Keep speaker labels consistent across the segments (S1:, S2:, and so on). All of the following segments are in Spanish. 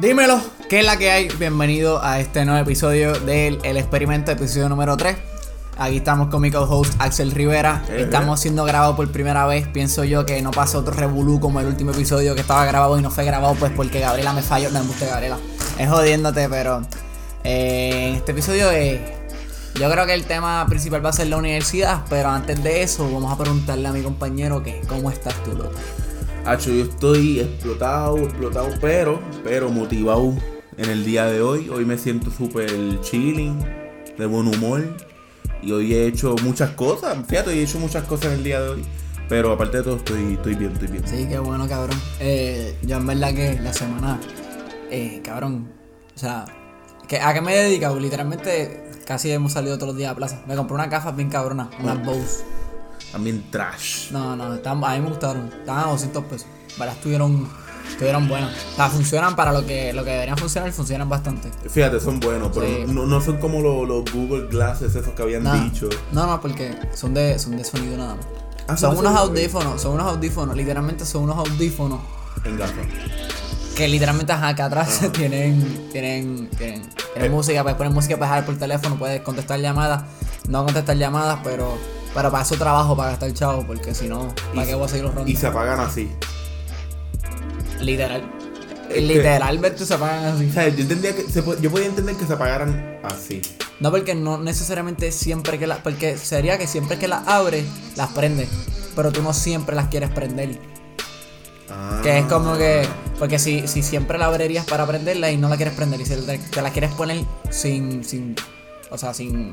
S1: Dímelo, ¿qué es la que hay? Bienvenido a este nuevo episodio del El Experimento, episodio número 3. Aquí estamos con mi co-host Axel Rivera.
S2: Eh.
S1: Estamos siendo grabados por primera vez. Pienso yo que no pasa otro revolú como el último episodio que estaba grabado y no fue grabado, pues porque Gabriela me falló. No, embuste Gabriela. Es jodiéndote, pero. eh, en este episodio eh, yo creo que el tema principal va a ser la universidad, pero antes de eso vamos a preguntarle a mi compañero que cómo estás tú, loco.
S2: Hacho, yo estoy explotado, explotado, pero, pero motivado en el día de hoy. Hoy me siento súper chilling, de buen humor. Y hoy he hecho muchas cosas. Fíjate, hoy he hecho muchas cosas en el día de hoy. Pero aparte de todo, estoy, estoy bien, estoy bien.
S1: Sí, qué bueno, cabrón. Eh, yo en verdad que la semana, eh, cabrón, o sea, que, ¿a qué me he dedicado? Literalmente casi hemos salido todos los días a plaza. Me compré unas gafas bien cabronas, unas Bose.
S2: También trash.
S1: No, no, estaban- a mí me gustaron. Estaban a 200 pesos. Verdad, estuvieron, estuvieron buenas. O sea, funcionan para lo que, lo que deberían funcionar, funcionan bastante.
S2: Fíjate, son buenos, pero
S1: Sí.
S2: no, no son como los, los Google Glasses esos que habían
S1: No,
S2: dicho.
S1: no, no, porque son de, son de sonido nada más.
S2: Ah, son
S1: son
S2: de
S1: unos
S2: sonido, ok.
S1: audífonos, son unos audífonos, literalmente son unos audífonos
S2: En gafas.
S1: Que literalmente ajá, acá atrás tienen, tienen, tienen, tienen
S2: Ah. Eh.
S1: música, puedes poner música, puedes hablar por teléfono, puedes contestar llamadas, no contestar llamadas, pero, pero para eso trabajo, para gastar chavo, porque si no, ¿para
S2: Y-
S1: qué voy a seguir los
S2: Y
S1: rondos?
S2: se apagan así.
S1: Literal.
S2: que-
S1: Literalmente se apagan
S2: O
S1: así.
S2: sea, yo, entendía que se po- yo podía entender que se apagaran así.
S1: No porque no necesariamente siempre que las, porque sería que siempre que las abres, las prendes, pero tú no siempre las quieres prender.
S2: Ah.
S1: Que es como que. Porque si, si siempre la abrirías para prenderla y no la quieres prender y si te, te la quieres poner sin. sin o sea, sin.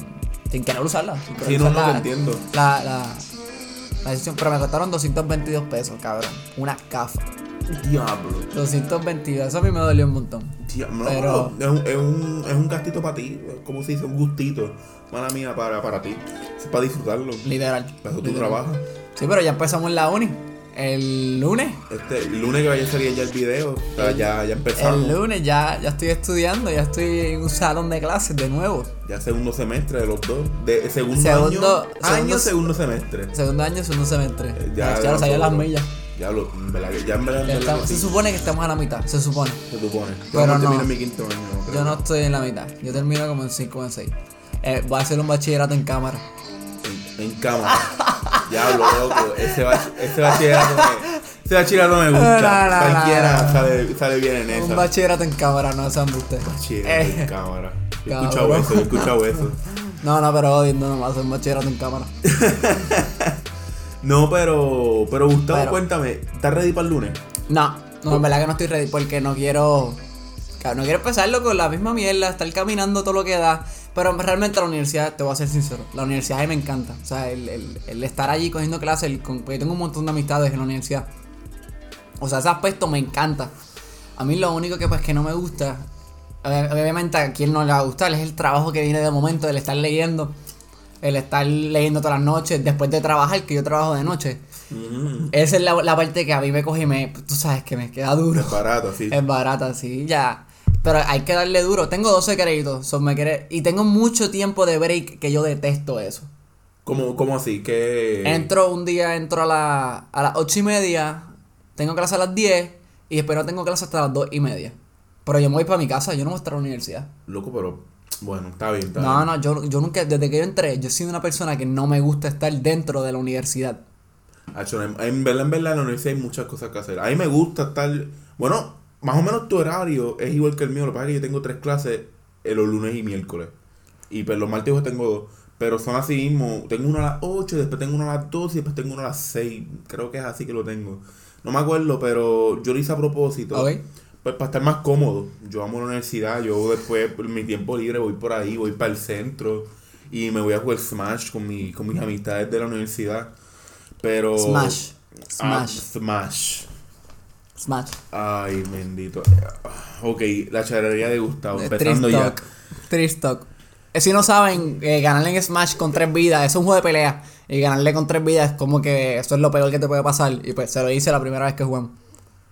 S1: Sin querer usarla. sin querer
S2: Ah. Sí, no,
S1: usar
S2: no
S1: la-
S2: te entiendo.
S1: La, la, la decisión. Pero me costaron 222 pesos, cabrón. Una gafa.
S2: Diablo.
S1: 222. Eso a mí me dolió un montón.
S2: Tía, no,
S1: Pero-
S2: es, un, es, un, es un gastito para ti, como se dice, un gustito, mala mía, para, para ti, es para disfrutarlo.
S1: Literal.
S2: Pero tú
S1: Literal.
S2: trabajas.
S1: Sí, pero ya empezamos la uni. El lunes.
S2: Este, el lunes que vaya a salir ya el video, o sea, ya, ya
S1: El
S2: empezamos.
S1: lunes ya, ya estoy estudiando, ya estoy en un salón de clases de nuevo.
S2: Ya segundo semestre de los dos. De, segundo,
S1: Segundo-
S2: año,
S1: segundo-
S2: año, segundo semestre.
S1: Segundo año, segundo semestre.
S2: Eh,
S1: Ya, ya lo sabía las
S2: todo.
S1: millas.
S2: Ya lo, en verdad que- ya en verdad, en
S1: Ya
S2: verdad
S1: estamos-
S2: que
S1: se
S2: sí,
S1: supone que estamos a la mitad, se supone.
S2: se supone. Yo
S1: Pero
S2: no
S1: no.
S2: termino mi quinto año. creo.
S1: Yo no estoy en la mitad, yo termino como en 5 o en 6. voy a hacer un bachillerato en cámara.
S2: En, en cámara. Diablo, loco. Ese, bach- ese bachillerato me, ese bachillerato me gusta.
S1: No, no, no,
S2: Cualquiera
S1: no, no.
S2: Sale, sale bien en
S1: Un
S2: esa.
S1: bachillerato en cámara, no sean ustedes.
S2: Chido,
S1: Eh,
S2: cámara. Yo he
S1: cabrón.
S2: escuchado eso, yo he escuchado eso.
S1: no, no, pero odio, no, no, voy a hacer un bachillerato en cámara.
S2: No, pero, pero Gustavo,
S1: Pero-
S2: cuéntame, ¿estás ready para el lunes?
S1: No, no, en verdad que no estoy ready porque no quiero. cabrón, No quiero empezarlo con la misma mierda, estar caminando todo lo que da. Pero realmente la universidad, te voy a ser sincero, la universidad a mí me encanta. O sea, el, el- el estar allí cogiendo clases, el con- porque tengo un montón de amistades en la universidad. O sea, ese aspecto me encanta. A mí lo único que pues que no me gusta, ob- obviamente a quien no le va a gustar, es el trabajo que viene de momento, el estar leyendo, el estar leyendo todas las noches, después de trabajar, que yo trabajo de noche. Esa es la, la parte que a mí me coge y me, tú sabes que me queda duro.
S2: Es barato, sí.
S1: Es barata, sí, ya. Pero hay que darle duro. Tengo 12 créditos, son me quiere- y tengo mucho tiempo de break que yo detesto eso.
S2: ¿Cómo, cómo así? ¿Qué...?
S1: Entro un día, entro a, la, a las 8 y media, tengo clase a las 10 y después no tengo clase hasta las 2 y media. Pero yo me voy para mi casa, yo no voy a estar en la universidad.
S2: Loco, pero... Bueno, está bien, está
S1: No,
S2: bien.
S1: no, yo, yo nunca, desde que yo entré, yo he sido una persona que no me gusta estar dentro de la universidad.
S2: Hacho, en, en verdad, en verdad, en la universidad hay muchas cosas que hacer. A mí me gusta estar... Bueno, más o menos tu horario es igual que el mío. Lo que pasa es que yo tengo tres clases eh, los lunes y miércoles. Y pues los martes y jueves tengo dos. Pero son así mismo. Tengo una a las 8, después tengo una a las 12 y después tengo una a las 6. Creo que es así que lo tengo. No me acuerdo, pero yo lo hice a propósito.
S1: ¿Ok?
S2: Pues para estar más cómodo. Yo amo la universidad, yo después por mi tiempo libre voy por ahí, voy para el centro y me voy a jugar Smash con, mi, con mis amistades de la universidad. Pero...
S1: Smash.
S2: Oh. Ah,
S1: Smash.
S2: Smash.
S1: Smash.
S2: Ay, bendito. Ok, la charrería de Gustavo,
S1: Eh,
S2: empezando
S1: Trist
S2: ya.
S1: Talk. Trist Talk. Eh, Si no saben, eh, ganarle en Smash con tres vidas es un juego de pelea. Y ganarle con tres vidas es como que eso es lo peor que te puede pasar. Y pues se lo hice la primera vez que jugamos.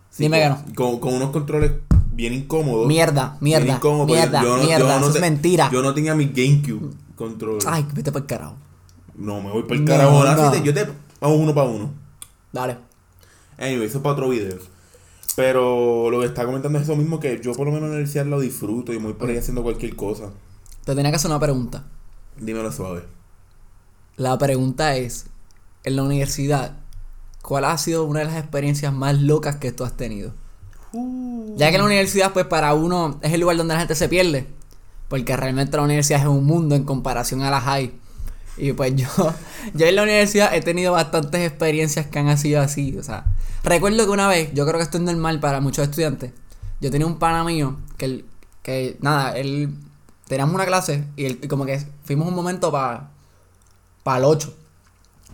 S2: Sí,
S1: Dime que no.
S2: Con, con unos controles bien incómodos.
S1: Mierda, mierda,
S2: Oh, Bien pues, incómodos, porque
S1: mierda, mierda, eso es
S2: te-
S1: mentira. Mm.
S2: Yo no tenía mi GameCube control.
S1: Ay, vete por carajo.
S2: No, me voy para el
S1: No,
S2: carajo. ahora sí
S1: no.
S2: te- yo te... Vamos uno para uno.
S1: Dale.
S2: Anyway, eso es para otro video. Pero lo que está comentando es eso mismo, que yo por lo menos en la universidad lo disfruto y me voy
S1: Mm.
S2: por ahí haciendo cualquier cosa.
S1: Te tenía que hacer una pregunta.
S2: Dímelo suave.
S1: La pregunta es, en la universidad, ¿cuál ha sido una de las experiencias más locas que tú has tenido? Ya que la universidad, pues para uno es el lugar donde la gente se pierde. Porque realmente la universidad es un mundo en comparación a la high. Y pues yo, yo en la universidad he tenido bastantes experiencias que han sido así. O sea, recuerdo que una vez, yo creo que esto es normal para muchos estudiantes. Yo tenía un pana mío que, él- que nada, él teníamos una clase y, él, y como que fuimos un momento para para el 8.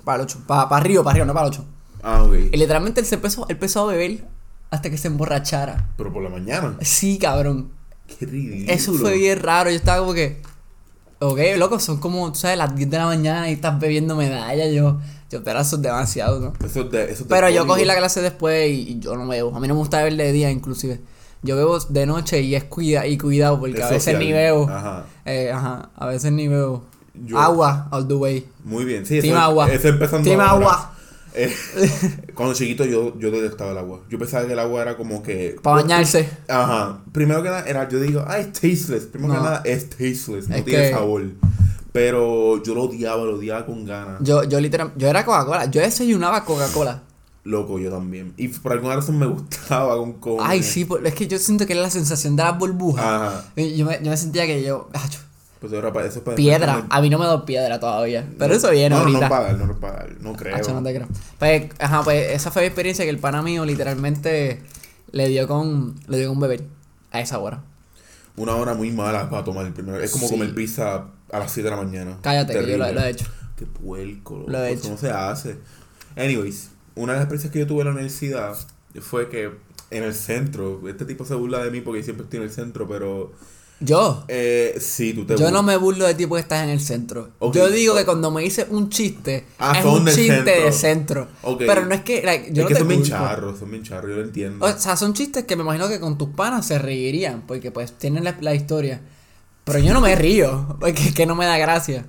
S1: Para el 8, para Río, para Río, no para el 8.
S2: Ah,
S1: Y
S2: ok.
S1: literalmente él se empezó, él empezó a beber hasta que se emborrachara.
S2: Pero por la mañana.
S1: Sí, cabrón.
S2: Qué ridículo.
S1: Eso fue bien raro. Yo estaba como que. Ok, loco, son como, tú sabes, las 10 de la mañana y estás bebiendo medalla. Yo, yo, pero eso es demasiado, ¿no?
S2: Eso es de, eso es de
S1: Pero yo
S2: código.
S1: cogí la clase después y, y yo no bebo. A mí no me gusta beber de día, inclusive. Yo bebo de noche y es cuida y cuidado, porque
S2: Es
S1: a veces
S2: social.
S1: ni bebo.
S2: Ajá.
S1: Eh, ajá, a veces ni bebo.
S2: Yo-
S1: Agua, all the way.
S2: Muy bien, sí.
S1: Team
S2: eso,
S1: agua.
S2: Eso empezando
S1: Team
S2: ahora.
S1: agua.
S2: Eh, cuando chiquito yo, yo detestaba el agua. Yo pensaba que el agua era como que...
S1: Para bañarse.
S2: Ajá. Primero que nada era, yo digo, ah, es tasteless. Primero
S1: No.
S2: que nada es tasteless, no
S1: Es
S2: tiene
S1: que-
S2: sabor. Pero yo lo odiaba, lo odiaba con ganas.
S1: Yo, yo literal, yo era Coca-Cola. Yo desayunaba Coca-Cola.
S2: Loco, yo también. Y por alguna razón me gustaba con con
S1: Ay, sí, por- es que yo siento que era la sensación de las burbujas.
S2: Ajá.
S1: Y Yo me, yo me sentía que yo. acho,
S2: Pues era para eso es para
S1: piedra. A mí no me da piedra todavía. Pero eso viene
S2: no,
S1: ahorita.
S2: No, no, no, no, pagar, no creo.
S1: Acho, no te creo. Pues, ajá, pues esa fue mi experiencia que el pana mío literalmente le dio con. Le dio con beber a esa hora.
S2: Una hora muy mala para tomar el primero. Es como
S1: Sí.
S2: comer pizza a las 7 de la mañana.
S1: Cállate, que yo lo,
S2: Terrible.
S1: lo he hecho.
S2: Qué puerco, loco.
S1: Lo he
S2: Eso
S1: hecho.
S2: no se hace. Anyways, una de las experiencias que yo tuve en la universidad fue que en el centro, este tipo se burla de mí porque siempre estoy en el centro, pero
S1: Yo.
S2: eh, sí, tú te
S1: Yo
S2: burlas.
S1: no me burlo de ti porque estás en el centro.
S2: Ok.
S1: Yo digo que cuando me dices un chiste,
S2: Ah,
S1: es
S2: son
S1: un
S2: del
S1: chiste
S2: centro.
S1: de centro.
S2: Ok.
S1: Pero no es que. like, yo
S2: es
S1: no
S2: que
S1: te
S2: son bien
S1: culpo.
S2: charros, son bien charros, yo lo entiendo.
S1: O sea, son chistes que me imagino que con tus panas se reirían, porque pues tienen la, la historia. Pero yo no me río, porque es que no me da gracia.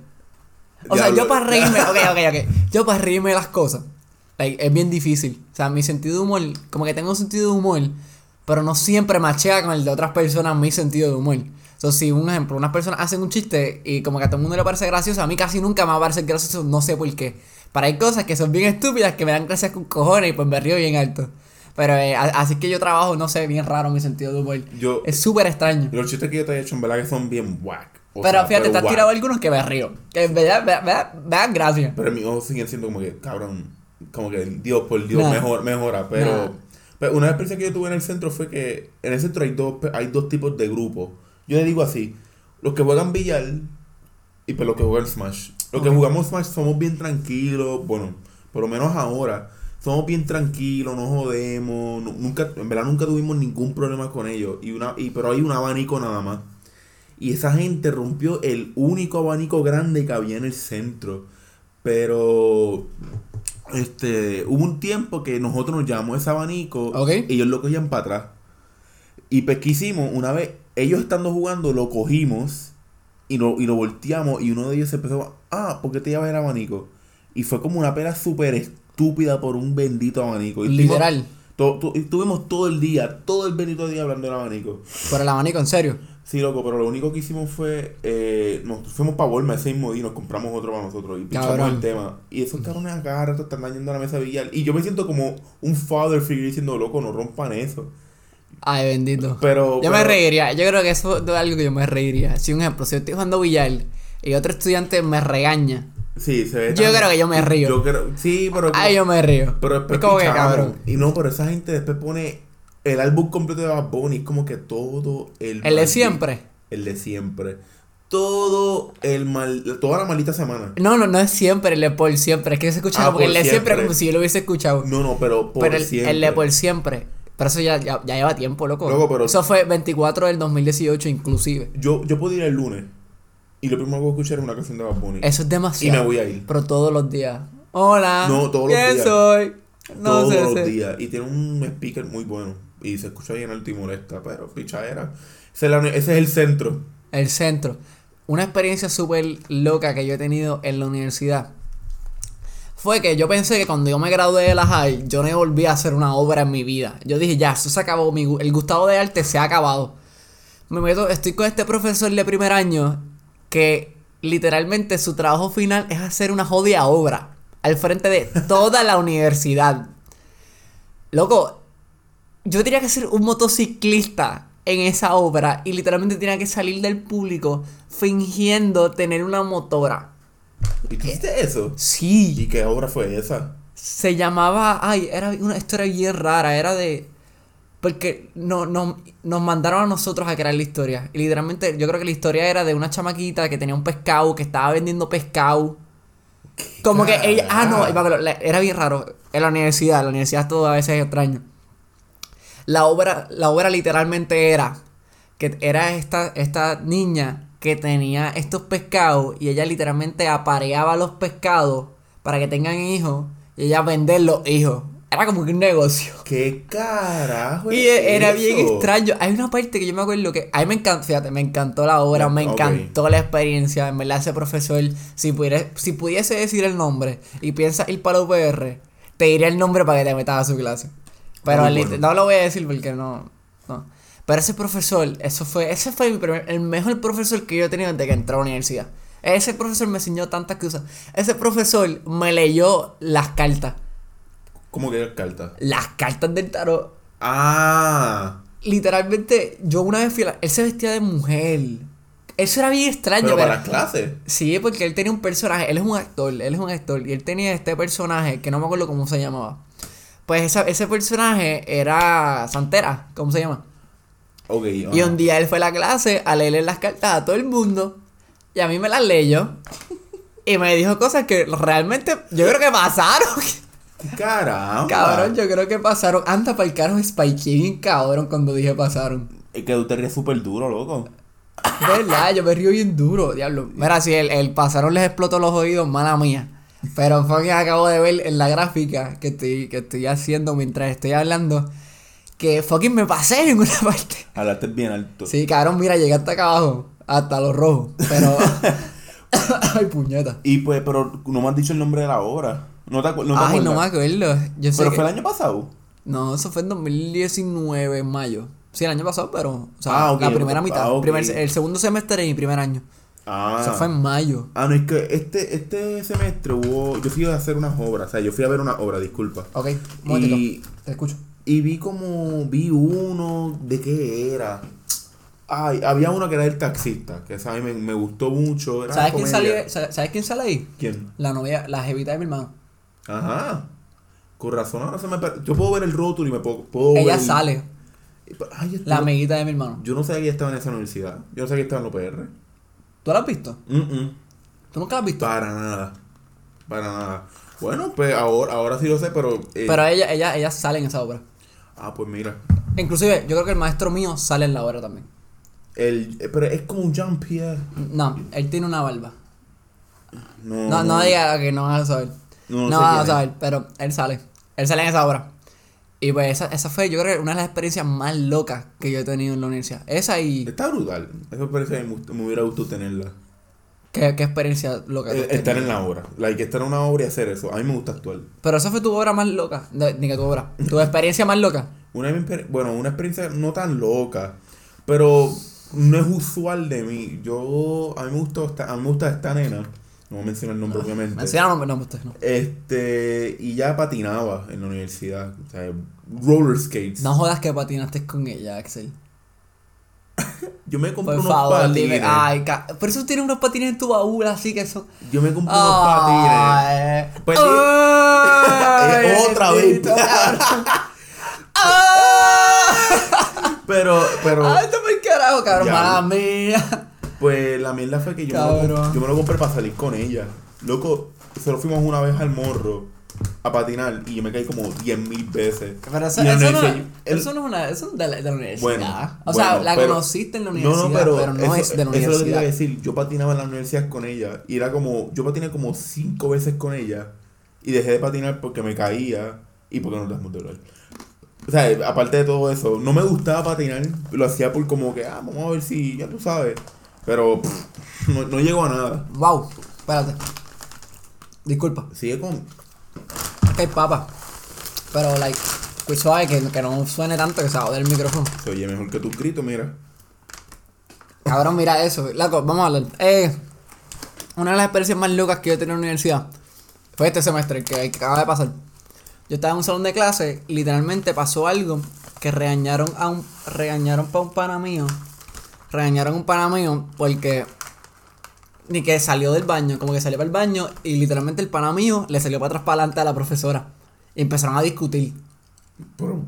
S1: O sea,
S2: Diablo.
S1: yo para reírme, ok, ok, ok. Yo para reírme de las cosas, like, es bien difícil. O sea, mi sentido de humor, como que tengo un sentido de humor, pero no siempre machea con el de otras personas mi sentido de humor. Entonces, si un ejemplo, unas personas hacen un chiste y como que a todo el mundo le parece gracioso, a mí casi nunca me va a parecer gracioso, no sé por qué. Pero hay cosas que son bien estúpidas que me dan gracias con cojones y pues me río bien alto. Pero eh, a- así que yo trabajo, no sé, bien raro mi sentido de humor.
S2: yo,
S1: Es súper extraño.
S2: los chistes que yo te he hecho en verdad que son bien whack. O
S1: pero
S2: sea,
S1: fíjate, te has
S2: whack.
S1: tirado algunos que me río. Que me, da- me da- me da- me dan gracia.
S2: Pero mis ojos siguen siendo como que, cabrón, como que Dios, por Dios,
S1: Nah.
S2: mejor, mejora. Pero,
S1: Nah.
S2: pero una experiencia que yo tuve en el centro fue que en el centro hay dos, hay dos tipos de grupos. Yo le digo así, los que juegan billar y pues los que juegan Smash. Los que
S1: Ok.
S2: jugamos Smash somos bien tranquilos, bueno, por lo menos ahora. Somos bien tranquilos, no jodemos, nu- nunca, en verdad nunca tuvimos ningún problema con ellos. Y una, y, pero hay un abanico nada más. Y esa gente rompió el único abanico grande que había en el centro. Pero este hubo un tiempo que nosotros nos llamamos ese abanico
S1: Ok.
S2: y ellos lo cogían para atrás. Y pues ¿qué hicimos, una vez ellos estando jugando, lo cogimos y lo, y lo volteamos. Y uno de ellos se empezó, ah, ¿por qué te llevas el abanico? Y fue como una pena súper estúpida por un bendito abanico. Y estuvimos-
S1: Literal.
S2: to- to- y estuvimos todo el día, todo el bendito día hablando del abanico.
S1: Por el abanico, en serio.
S2: Sí, loco, pero lo único que hicimos fue. Eh, nos fuimos para Walmart ese mismo día y nos compramos otro para nosotros y pichamos
S1: Cabrón.
S2: el tema. Y esos cabrones a cada rato están dañando la mesa de billar. Y yo me siento como un father figure diciendo, loco, no rompan eso.
S1: Ay, bendito.
S2: Pero.
S1: yo me
S2: pero-
S1: reiría. Yo creo que eso es algo que yo me reiría. Si un ejemplo, si yo estoy jugando billar y otro estudiante me regaña,
S2: Sí, se ve.
S1: Yo creo que yo me río.
S2: Yo creo. Sí, pero.
S1: ay, yo me río.
S2: Pero
S1: es
S2: después
S1: como que,
S2: pichamos.
S1: cabrón.
S2: Y no, pero esa gente después pone el álbum completo de Bad Bunny. Es como que todo el.
S1: El de
S2: maldi-
S1: siempre.
S2: El de siempre. Todo el mal. Toda la maldita semana.
S1: No, no, no es siempre el de por siempre. Es que se escucha
S2: Ah,
S1: como que
S2: por
S1: el de siempre
S2: siempre.
S1: como si yo lo hubiese escuchado.
S2: No, no, pero por
S1: pero el,
S2: siempre.
S1: el de por siempre. Pero eso ya, ya, ya lleva tiempo, loco.
S2: Loco, pero-
S1: Eso fue 24 del 2018 inclusive.
S2: Yo, yo puedo ir el lunes y lo primero que voy a escuchar es una canción de Bad Bunny.
S1: Eso es
S2: y me
S1: demasiado.
S2: voy a ir.
S1: Pero todos los días. Hola.
S2: No, todos los
S1: ¿quién
S2: días.
S1: soy? No
S2: todos
S1: sé.
S2: los
S1: sé.
S2: días. Y tiene un speaker muy bueno. Y se escucha bien alto y molesta, pero pichadera. Ese es, la uni- ese es el centro.
S1: El centro. Una experiencia súper loca que yo he tenido en la universidad fue que yo pensé que cuando yo me gradué de la high, yo no volví a hacer una obra en mi vida. Yo dije, ya, eso se acabó, mi gu- el Gustavo de arte se ha acabado. Me meto, estoy con este profesor de primer año que literalmente su trabajo final es hacer una jodida obra al frente de toda la universidad. Loco, yo tenía que ser un motociclista en esa obra y literalmente tenía que salir del público fingiendo tener una motora.
S2: ¿Y tú hiciste eso?
S1: Sí.
S2: ¿Y qué obra fue esa?
S1: Se llamaba. Ay, era una historia bien rara. Era de. Porque no, no- nos mandaron a nosotros a crear la historia. Y literalmente, yo creo que la historia era de una chamaquita que tenía un pescado, que estaba vendiendo pescado. Como que ella. Ah, no, me acuerdo, la- era bien raro. En la universidad, en la universidad todo a veces es extraño. La obra, la obra literalmente era que era esta, esta niña que tenía estos pescados y ella literalmente apareaba los pescados para que tengan hijos y ella vender los hijos. Era como que un negocio.
S2: ¿Qué carajo?
S1: Y
S2: es
S1: e- era
S2: eso?
S1: bien extraño. Hay una parte que yo me acuerdo que. A mí me encantó, fíjate, me encantó la obra, me
S2: Ok.
S1: encantó la experiencia. En verdad, ese profesor, si, pudiera, si pudiese decir el nombre y piensas ir para la UPR, te diría el nombre para que te metas a su clase. Pero
S2: Muy
S1: el-
S2: bueno.
S1: no lo voy a decir porque no. no. Pero ese profesor, eso fue, ese fue mi primer- el mejor profesor que yo he tenido desde que entré a la universidad. Ese profesor me enseñó tantas cosas. Ese profesor me leyó las cartas.
S2: ¿Cómo que carta?
S1: Las cartas del tarot.
S2: Ah.
S1: Literalmente, yo una vez fui a la... Él se vestía de mujer. Eso era bien extraño, pues.
S2: Pero para las
S1: pero-
S2: clases.
S1: Sí, porque él tenía un personaje. Él es un actor, él es un actor. Y él tenía este personaje que no me acuerdo cómo se llamaba. Pues esa- ese personaje era Santera, ¿cómo se llama?
S2: Ok. ah,
S1: Y
S2: ajá.
S1: un día él fue a la clase a leerle las cartas a todo el mundo. Y a mí me las leyó. Y me dijo cosas que realmente yo creo que pasaron.
S2: Caramba.
S1: Cabrón, yo creo que pasaron. Anda para el carro Spikey, bien cabrón cuando dije pasaron.
S2: Es que tú te ríes súper duro, loco.
S1: ¿Verdad? Yo me río bien duro, diablo. Mira, si el, el pasarón les explotó los oídos, mala mía. Pero fue que acabo de ver en la gráfica que estoy, que estoy haciendo mientras estoy hablando. Que fucking me pasé en una parte.
S2: Hablaste bien alto.
S1: Sí, cabrón, mira, llegué hasta acá abajo. Hasta los rojos. Pero. Ay, puñeta.
S2: Y pues, pero no me has dicho el nombre de la obra. No te, acu- no te
S1: Ay, no me
S2: acuerdas.
S1: acuerdo. Yo sé
S2: Pero
S1: que-
S2: fue el año pasado.
S1: No, eso fue en 2019, en mayo. Sí, el año pasado, pero. O sea,
S2: Ah, ok,
S1: la primera
S2: ah,
S1: mitad.
S2: ok.
S1: primer se- el segundo semestre de mi primer año.
S2: Ah.
S1: Eso fue en mayo.
S2: Ah, no, es que este, este semestre hubo. Yo fui a hacer unas obras. O sea, yo fui a ver una obra, disculpa.
S1: Ok, un momentico.
S2: Y-
S1: Te escucho.
S2: Y vi como. Vi uno. ¿De qué era? Ay, había uno que era el taxista. Que esa a mí me, me gustó mucho. Era
S1: ¿Sabes quién,
S2: Ah, comedia.
S1: sale, sa- ¿Sabes quién sale ahí?
S2: ¿Quién?
S1: La novia, la jevita de mi hermano.
S2: Ajá. Con razón, ahora se me. per- Yo puedo ver el rótulo y me puedo. puedo
S1: Ella
S2: ver-
S1: sale,
S2: Ay, esto-
S1: la amiguita de mi hermano.
S2: Yo no sabía que ella estaba en esa universidad. Yo no sabía que estaba en la UPR.
S1: ¿Tú la has visto?
S2: Mm, mm.
S1: ¿Tú nunca la has visto?
S2: Para nada. Para nada. Bueno, pues ahora, ahora sí lo sé, pero. eh,
S1: Pero ella, ella, ella sale en esa obra.
S2: Ah, pues mira.
S1: Inclusive, yo creo que el maestro mío sale en la obra también.
S2: El, eh, pero es como un jump Pierre.
S1: No, él tiene una barba.
S2: No,
S1: No, no diga que no vas a saber. No,
S2: No, no sé
S1: vas a
S2: quién es.
S1: saber, pero él sale. Él sale en esa obra. Y pues esa, esa fue, yo creo que una de las experiencias más locas que yo he tenido en la universidad. Esa y...
S2: Está brutal. Eso parece que me, gust- me hubiera gustado tenerla.
S1: ¿Qué, qué experiencia loca? tú
S2: Eh,
S1: has
S2: estar
S1: tenido?
S2: en la obra. Like, estar en una obra y hacer eso. A mí me gusta actuar.
S1: Pero esa fue tu obra más loca. No, ni que tu obra. Tu experiencia más loca.
S2: Una, de mis exper- bueno, una experiencia no tan loca, pero no es usual de mí. Yo, a mí me gusta esta, a mí me gusta esta nena, no voy a mencionar el nombre obviamente.
S1: Ah, Menciona nombre, no, usted no.
S2: Este, y ya patinaba en la universidad, o sea, roller skates.
S1: No jodas que patinaste con ella, Axel.
S2: Yo me compré
S1: Por
S2: unos
S1: favor,
S2: patines.
S1: dime. Ay, ca- pero eso tiene unos patines en tu baúl, así que eso.
S2: Yo me compré unos patines.
S1: Ay.
S2: Pues di-
S1: Ay,
S2: Eh, otra vez.
S1: bendito, cabrón. Ay,
S2: Pero, pero,
S1: Ay, está por el carajo, cabrón.
S2: Ya.
S1: Mala mía.
S2: pues la mierda fue que yo me, lo,
S1: Cabrón.
S2: comp- yo me lo compré para salir con ella. Loco, solo fuimos una vez al morro a patinar y yo me caí como 10 mil veces.
S1: Pero eso,
S2: Y la
S1: eso no,
S2: universidad- el-
S1: eso no es una. Eso es de la, de la universidad.
S2: Bueno,
S1: o sea,
S2: bueno,
S1: la
S2: pero-
S1: conociste en la universidad, pero, no
S2: eso-
S1: es de la
S2: Eso es lo que te iba
S1: universidad.
S2: a decir. Yo patinaba en la universidad con ella. Y era como. Yo patiné como cinco veces con ella. Y dejé de patinar porque me caía. Y porque no dejamos de hablar. O sea, aparte de todo eso, no me gustaba patinar. Lo hacía por como que, ah, vamos a ver si. Ya tú sabes. Pero pff, no, no llegó a nada.
S1: Wow, espérate. Disculpa.
S2: Sigue con.
S1: que hay papas. Pero, like, pues suave, que, que no suene tanto que se jode el micrófono.
S2: Se oye mejor que tu grito, mira.
S1: Cabrón, mira eso. Laco, vamos a hablar. Eh, una de las experiencias más locas que yo he tenido en la universidad fue este semestre, que, que acaba de pasar. Yo estaba en un salón de clase, literalmente pasó algo que regañaron a un. regañaron para un pana mío. Regañaron a un pana mío porque. Ni que salió del baño, como que salió para el baño y literalmente el pana mío le salió para atrás para adelante a la profesora. Y empezaron a discutir.
S2: Pero,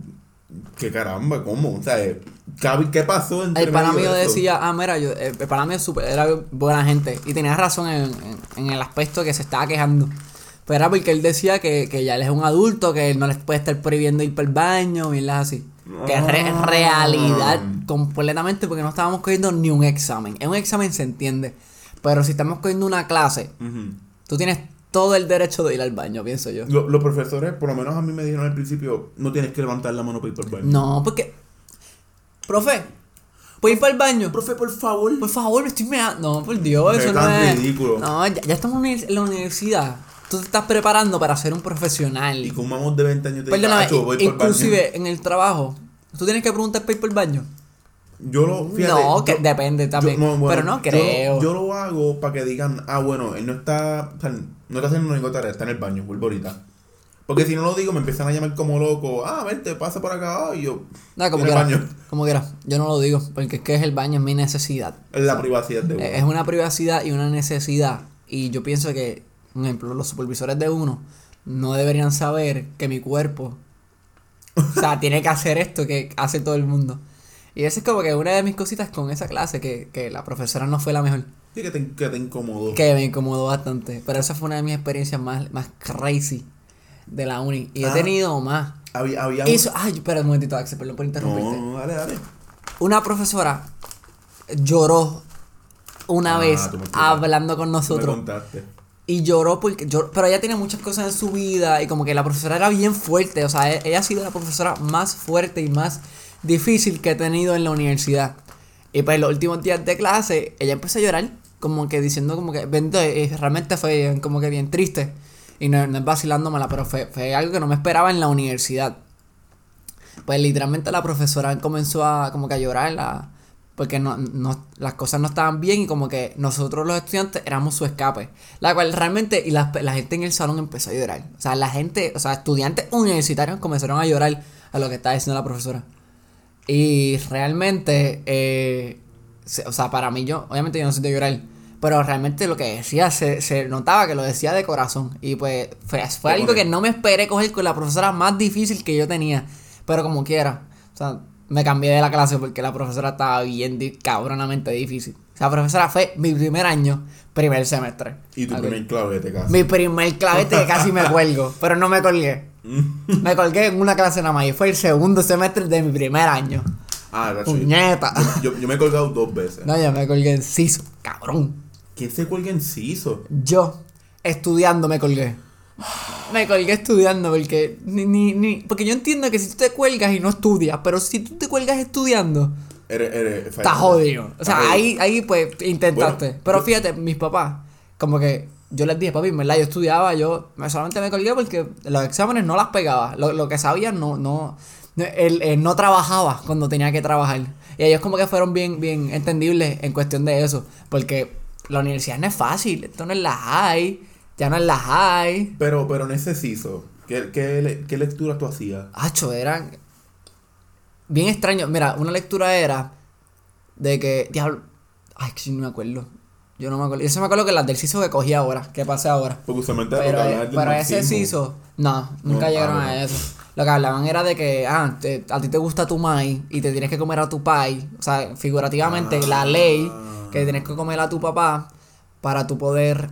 S2: qué caramba, ¿cómo? O sea, eh, ¿qué qué pasó entre
S1: El pana
S2: medio
S1: mío
S2: de eso?
S1: decía, ah, mira, yo, el, el pana mío es súper- era buena gente. Y tenía razón en, en- en el aspecto que se estaba quejando. Pero era porque él decía que, que ya él es un adulto, que él no les puede estar prohibiendo ir para el baño, mierdas así. Que es re-
S2: Ah.
S1: realidad completamente porque no estábamos cogiendo ni un examen. En un examen se entiende. Pero si estamos cogiendo una clase,
S2: Ujú.
S1: tú tienes todo el derecho de ir al baño, pienso yo.
S2: Lo- los profesores, por lo menos a mí me dijeron al principio, no tienes que levantar la mano para ir para el baño.
S1: No, porque... Profe, ¿puedo ir para el baño?
S2: Profe, por favor.
S1: Por favor, me estoy meando. No, por Dios,
S2: Es
S1: eso no
S2: tan
S1: es.
S2: ridículo.
S1: No, ya, ya estamos en la uni- en la universidad. Tú te estás preparando para ser un
S2: Y
S1: profesional.
S2: con mamos de 20 años te
S1: Perdóname,
S2: "Acho, voy
S1: i-
S2: pa'l baño".
S1: inclusive en el trabajo, tú tienes que preguntar para ir por el baño.
S2: Yo lo. fíjate,
S1: no, que
S2: yo-
S1: depende también.
S2: yo- bueno,
S1: pero no
S2: yo-
S1: creo.
S2: Yo, lo hago para que digan, ah, bueno, él no está. o sea, no está haciendo ninguna tarea, está en el baño, vuelvo ahorita. Porque si no lo digo, me empiezan a llamar como loco. Ah, vente, pasa por acá. ah, Y yo.
S1: no, como
S2: en el
S1: quiera.
S2: baño.
S1: Como quiera. Yo no lo digo, porque es que es el baño, es mi necesidad.
S2: En la privacidad de uno.
S1: Eh, Es una privacidad y una necesidad. Y yo pienso que, por ejemplo, los supervisores de uno no deberían saber que mi cuerpo, o sea, tiene que hacer esto que hace todo el mundo. Y esa es como que una de mis cositas con esa clase, que, que la profesora no fue la mejor.
S2: Sí, que te, que te incomodó.
S1: Que me incomodó bastante. Pero esa fue una de mis experiencias más, más crazy de la uni. Y he
S2: Ah.
S1: tenido más.
S2: Había, había
S1: Eso, ay, espera un momentito, Axel, perdón por
S2: No,
S1: interrumpirte
S2: no, dale, dale.
S1: una profesora lloró una
S2: Ah,
S1: vez
S2: tú me explicaste.
S1: hablando con
S2: Me
S1: nosotros
S2: contaste.
S1: y lloró porque lloró- pero ella tenía muchas cosas en su vida y como que la profesora era bien fuerte, o sea, e- ella ha sido la profesora más fuerte y más difícil que he tenido en la universidad. Y pues los últimos días de clase ella empezó a llorar como que diciendo como que "Bendito", y realmente fue como que bien triste y no, no es vacilándomela, pero fue, fue algo que no me esperaba en la universidad. Pues literalmente la profesora comenzó a como que a llorar la- porque no, no- las cosas no estaban bien y como que nosotros los estudiantes éramos su escape. La cual realmente, y la, la gente en el salón empezó a llorar. O sea, la gente, o sea, estudiantes universitarios comenzaron a llorar a lo que estaba diciendo la profesora. Y realmente, eh, se- o sea, para mí yo, obviamente yo no soy de llorar, pero realmente lo que decía se, se notaba que lo decía de corazón. Y pues fue, fue
S2: Qué
S1: algo que
S2: bonito.
S1: no me esperé coger con la profesora más difícil que yo tenía, pero como quiera. O sea, me cambié de la clase porque la profesora estaba bien di- cabronamente difícil. O sea, la profesora fue mi primer año, primer semestre.
S2: Y tu
S1: Ok.
S2: primer clave te casa.
S1: Mi primer clavete que casi me cuelgo, pero no me colgué. Me colgué en una clase nada más y fue el segundo semestre de mi primer año.
S2: Ah, gacho.
S1: Puñeta.
S2: Yo, yo me he colgado dos veces.
S1: No, yo me colgué en CISO, cabrón.
S2: ¿Quién se cuelga en CISO?
S1: Yo, estudiando, me colgué. Me colgué estudiando porque ni, ni, ni- porque yo entiendo que si tú te cuelgas y no estudias, pero si tú te cuelgas estudiando,
S2: Eres, eres
S1: estás jodido. O sea, ahí, ahí pues intentaste.
S2: Bueno,
S1: pero
S2: yo-
S1: fíjate, mis papás, como que yo les dije, papi, en verdad, yo estudiaba, yo me- solamente me colgué porque los exámenes no las pegaba. Lo, lo que sabía no, no, no- él, él no trabajaba cuando tenía que trabajar. Y ellos como que fueron bien, bien entendibles en cuestión de eso. Porque la universidad no es fácil, esto no es la high, ya no es la high.
S2: Pero, pero en ese CISO, ¿qué, qué, le- qué lectura tú hacías?
S1: Hacho, eran bien extraños. Mira, una lectura era de que. Diablo. Ay, que no me acuerdo. Yo no me acuerdo. Yo se me acuerdo que las del CISO que cogí ahora, que pasé ahora.
S2: Porque usualmente lo que
S1: Pero, eh,
S2: hablas del
S1: pero ese
S2: marxismo.
S1: CISO, no, nunca
S2: No,
S1: llegaron
S2: ah, no.
S1: a eso. Lo que hablaban era de que, ah, te- a ti te gusta tu maíz y te tienes que comer a tu pai. O sea, figurativamente,
S2: Ah.
S1: la ley que tienes que comer a tu papá para tu poder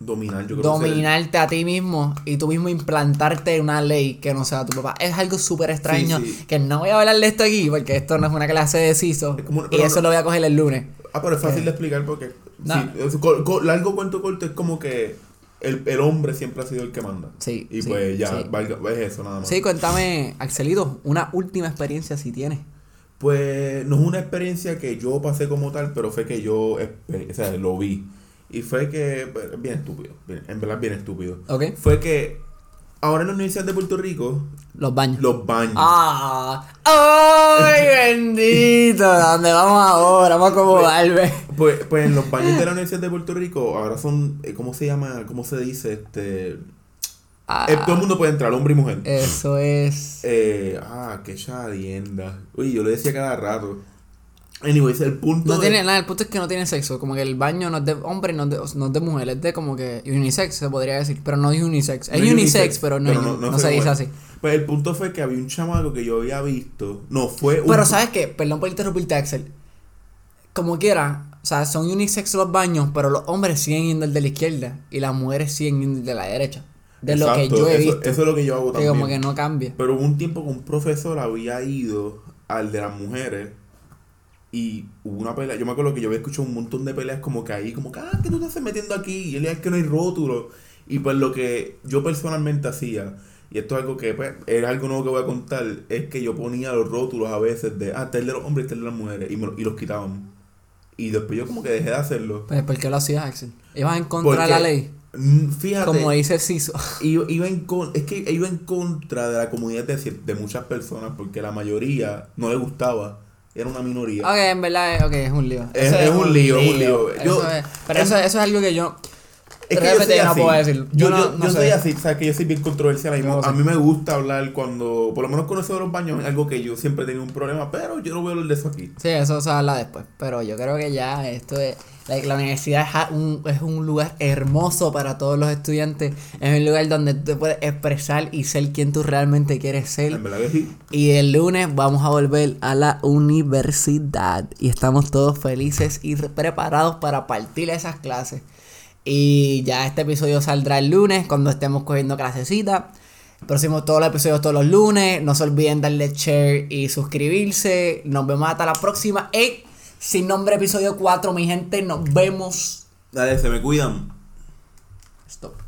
S2: Dominar, yo creo
S1: dominarte a ti mismo y tú mismo implantarte una ley que no sea tu papá. Es algo súper extraño
S2: sí.
S1: que no voy a hablar de esto aquí porque esto no es una clase de CISO
S2: Es como una-
S1: y
S2: pero
S1: eso
S2: no-
S1: lo voy a coger el lunes.
S2: que. Ah, pero es fácil de explicar porque.
S1: Eh.
S2: eh,
S1: No.
S2: sí, es co- co- largo cuento corto es como que el, el hombre siempre ha sido el que manda.
S1: Sí,
S2: Y
S1: sí,
S2: pues ya,
S1: sí.
S2: valga- es eso nada más.
S1: Sí, cuéntame, Axelito, una última experiencia si tienes.
S2: Pues no es una experiencia que yo pasé como tal, pero fue que yo espe- o sea, lo pues, vi. Y fue que, bien estúpido, bien- en verdad bien estúpido.
S1: ¿Ok?
S2: Fue que ahora en la Universidad de Puerto Rico,
S1: Los baños.
S2: los baños.
S1: Ah, ¡ay, bendito! ¿A dónde vamos ahora? Vamos a acomodarme.
S2: Pues, pues en los baños de la Universidad de Puerto Rico ahora son, eh, ¿cómo se llama? ¿Cómo se dice? Este, eh,
S1: Ah,
S2: todo el mundo puede entrar, hombre y mujer.
S1: eso es.
S2: Eh, ah, qué chadienda. Uy, yo lo decía cada rato. Anyways, el punto
S1: No
S2: de-
S1: tiene nada, el punto es que no tiene sexo. Como que el baño no es de hombre, no es de, no es de mujer, es de como que unisex, se podría decir. Pero no es unisex. Es
S2: No es
S1: unisex,
S2: unisex,
S1: pero no,
S2: pero
S1: es
S2: no-
S1: uni-
S2: no
S1: no
S2: sé
S1: se
S2: cómo
S1: dice
S2: es.
S1: así.
S2: Pues el punto fue que había un chamaco que yo había visto. No, fue un.
S1: Pero ¿sabes qué? Perdón por interrumpirte, Axel. Como quiera, o sea, son unisex los baños, pero los hombres siguen yendo al de la izquierda y las mujeres siguen yendo al de la derecha. De lo que
S2: Exacto,
S1: yo he
S2: eso,
S1: visto.
S2: Eso es lo que yo hago
S1: que
S2: también.
S1: como que no cambia.
S2: Pero hubo un tiempo que un profesor había ido al de las mujeres y hubo una pelea. Yo me acuerdo que yo había escuchado un montón de peleas como que ahí, como que, ah, que tú te estás metiendo aquí. Y él es que no hay rótulo. Y pues lo que yo personalmente hacía, y esto es algo que pues, es algo nuevo que voy a contar, es que yo ponía los rótulos a veces de, ah, este es de los hombres, este es de las mujeres, y, me lo- y los quitaban. Y después yo como que dejé de hacerlo.
S1: Pues, ¿por qué lo hacías, Axel? Ibas en contra de
S2: Porque-
S1: la ley.
S2: Mm, Fíjate.
S1: Como dice Ciso.
S2: Iba, iba en con- es que iba en contra de la comunidad de, cier- de muchas personas porque la mayoría no le gustaba, era una minoría.
S1: Ok, en verdad, es- ok, es un lío.
S2: Es-
S1: Eso
S2: es un lío, es un lío.
S1: Eso
S2: Yo-
S1: es- pero eso, eso es algo que yo.
S2: es que yo
S1: realmente
S2: soy
S1: yo no
S2: así.
S1: puedo decir.
S2: Yo,
S1: Yo no-
S2: yo-
S1: no
S2: yo
S1: sé.
S2: soy así, o sea, que yo soy bien controversial. A mí,
S1: Yo no sé.
S2: a mí me gusta hablar cuando, por lo menos con eso de los baños, es algo que yo siempre he tenido un problema, pero yo no voy a hablar de eso aquí.
S1: Sí, eso se habla después. Pero yo creo que ya esto es. like, la universidad es a- un, es un lugar hermoso para todos los estudiantes. Es un lugar donde tú te puedes expresar y ser quien tú realmente quieres ser.
S2: En verdad que sí.
S1: Y el lunes vamos a volver a la universidad. Y estamos todos felices y re- preparados para partir esas clases. Y ya este episodio saldrá el lunes cuando estemos cogiendo clasecita. Próximos todos los episodios todos los lunes. No se olviden darle share y suscribirse. Nos vemos hasta la próxima. en sin nombre episodio 4, mi gente. Nos vemos.
S2: Dale, se me cuidan.
S1: Stop.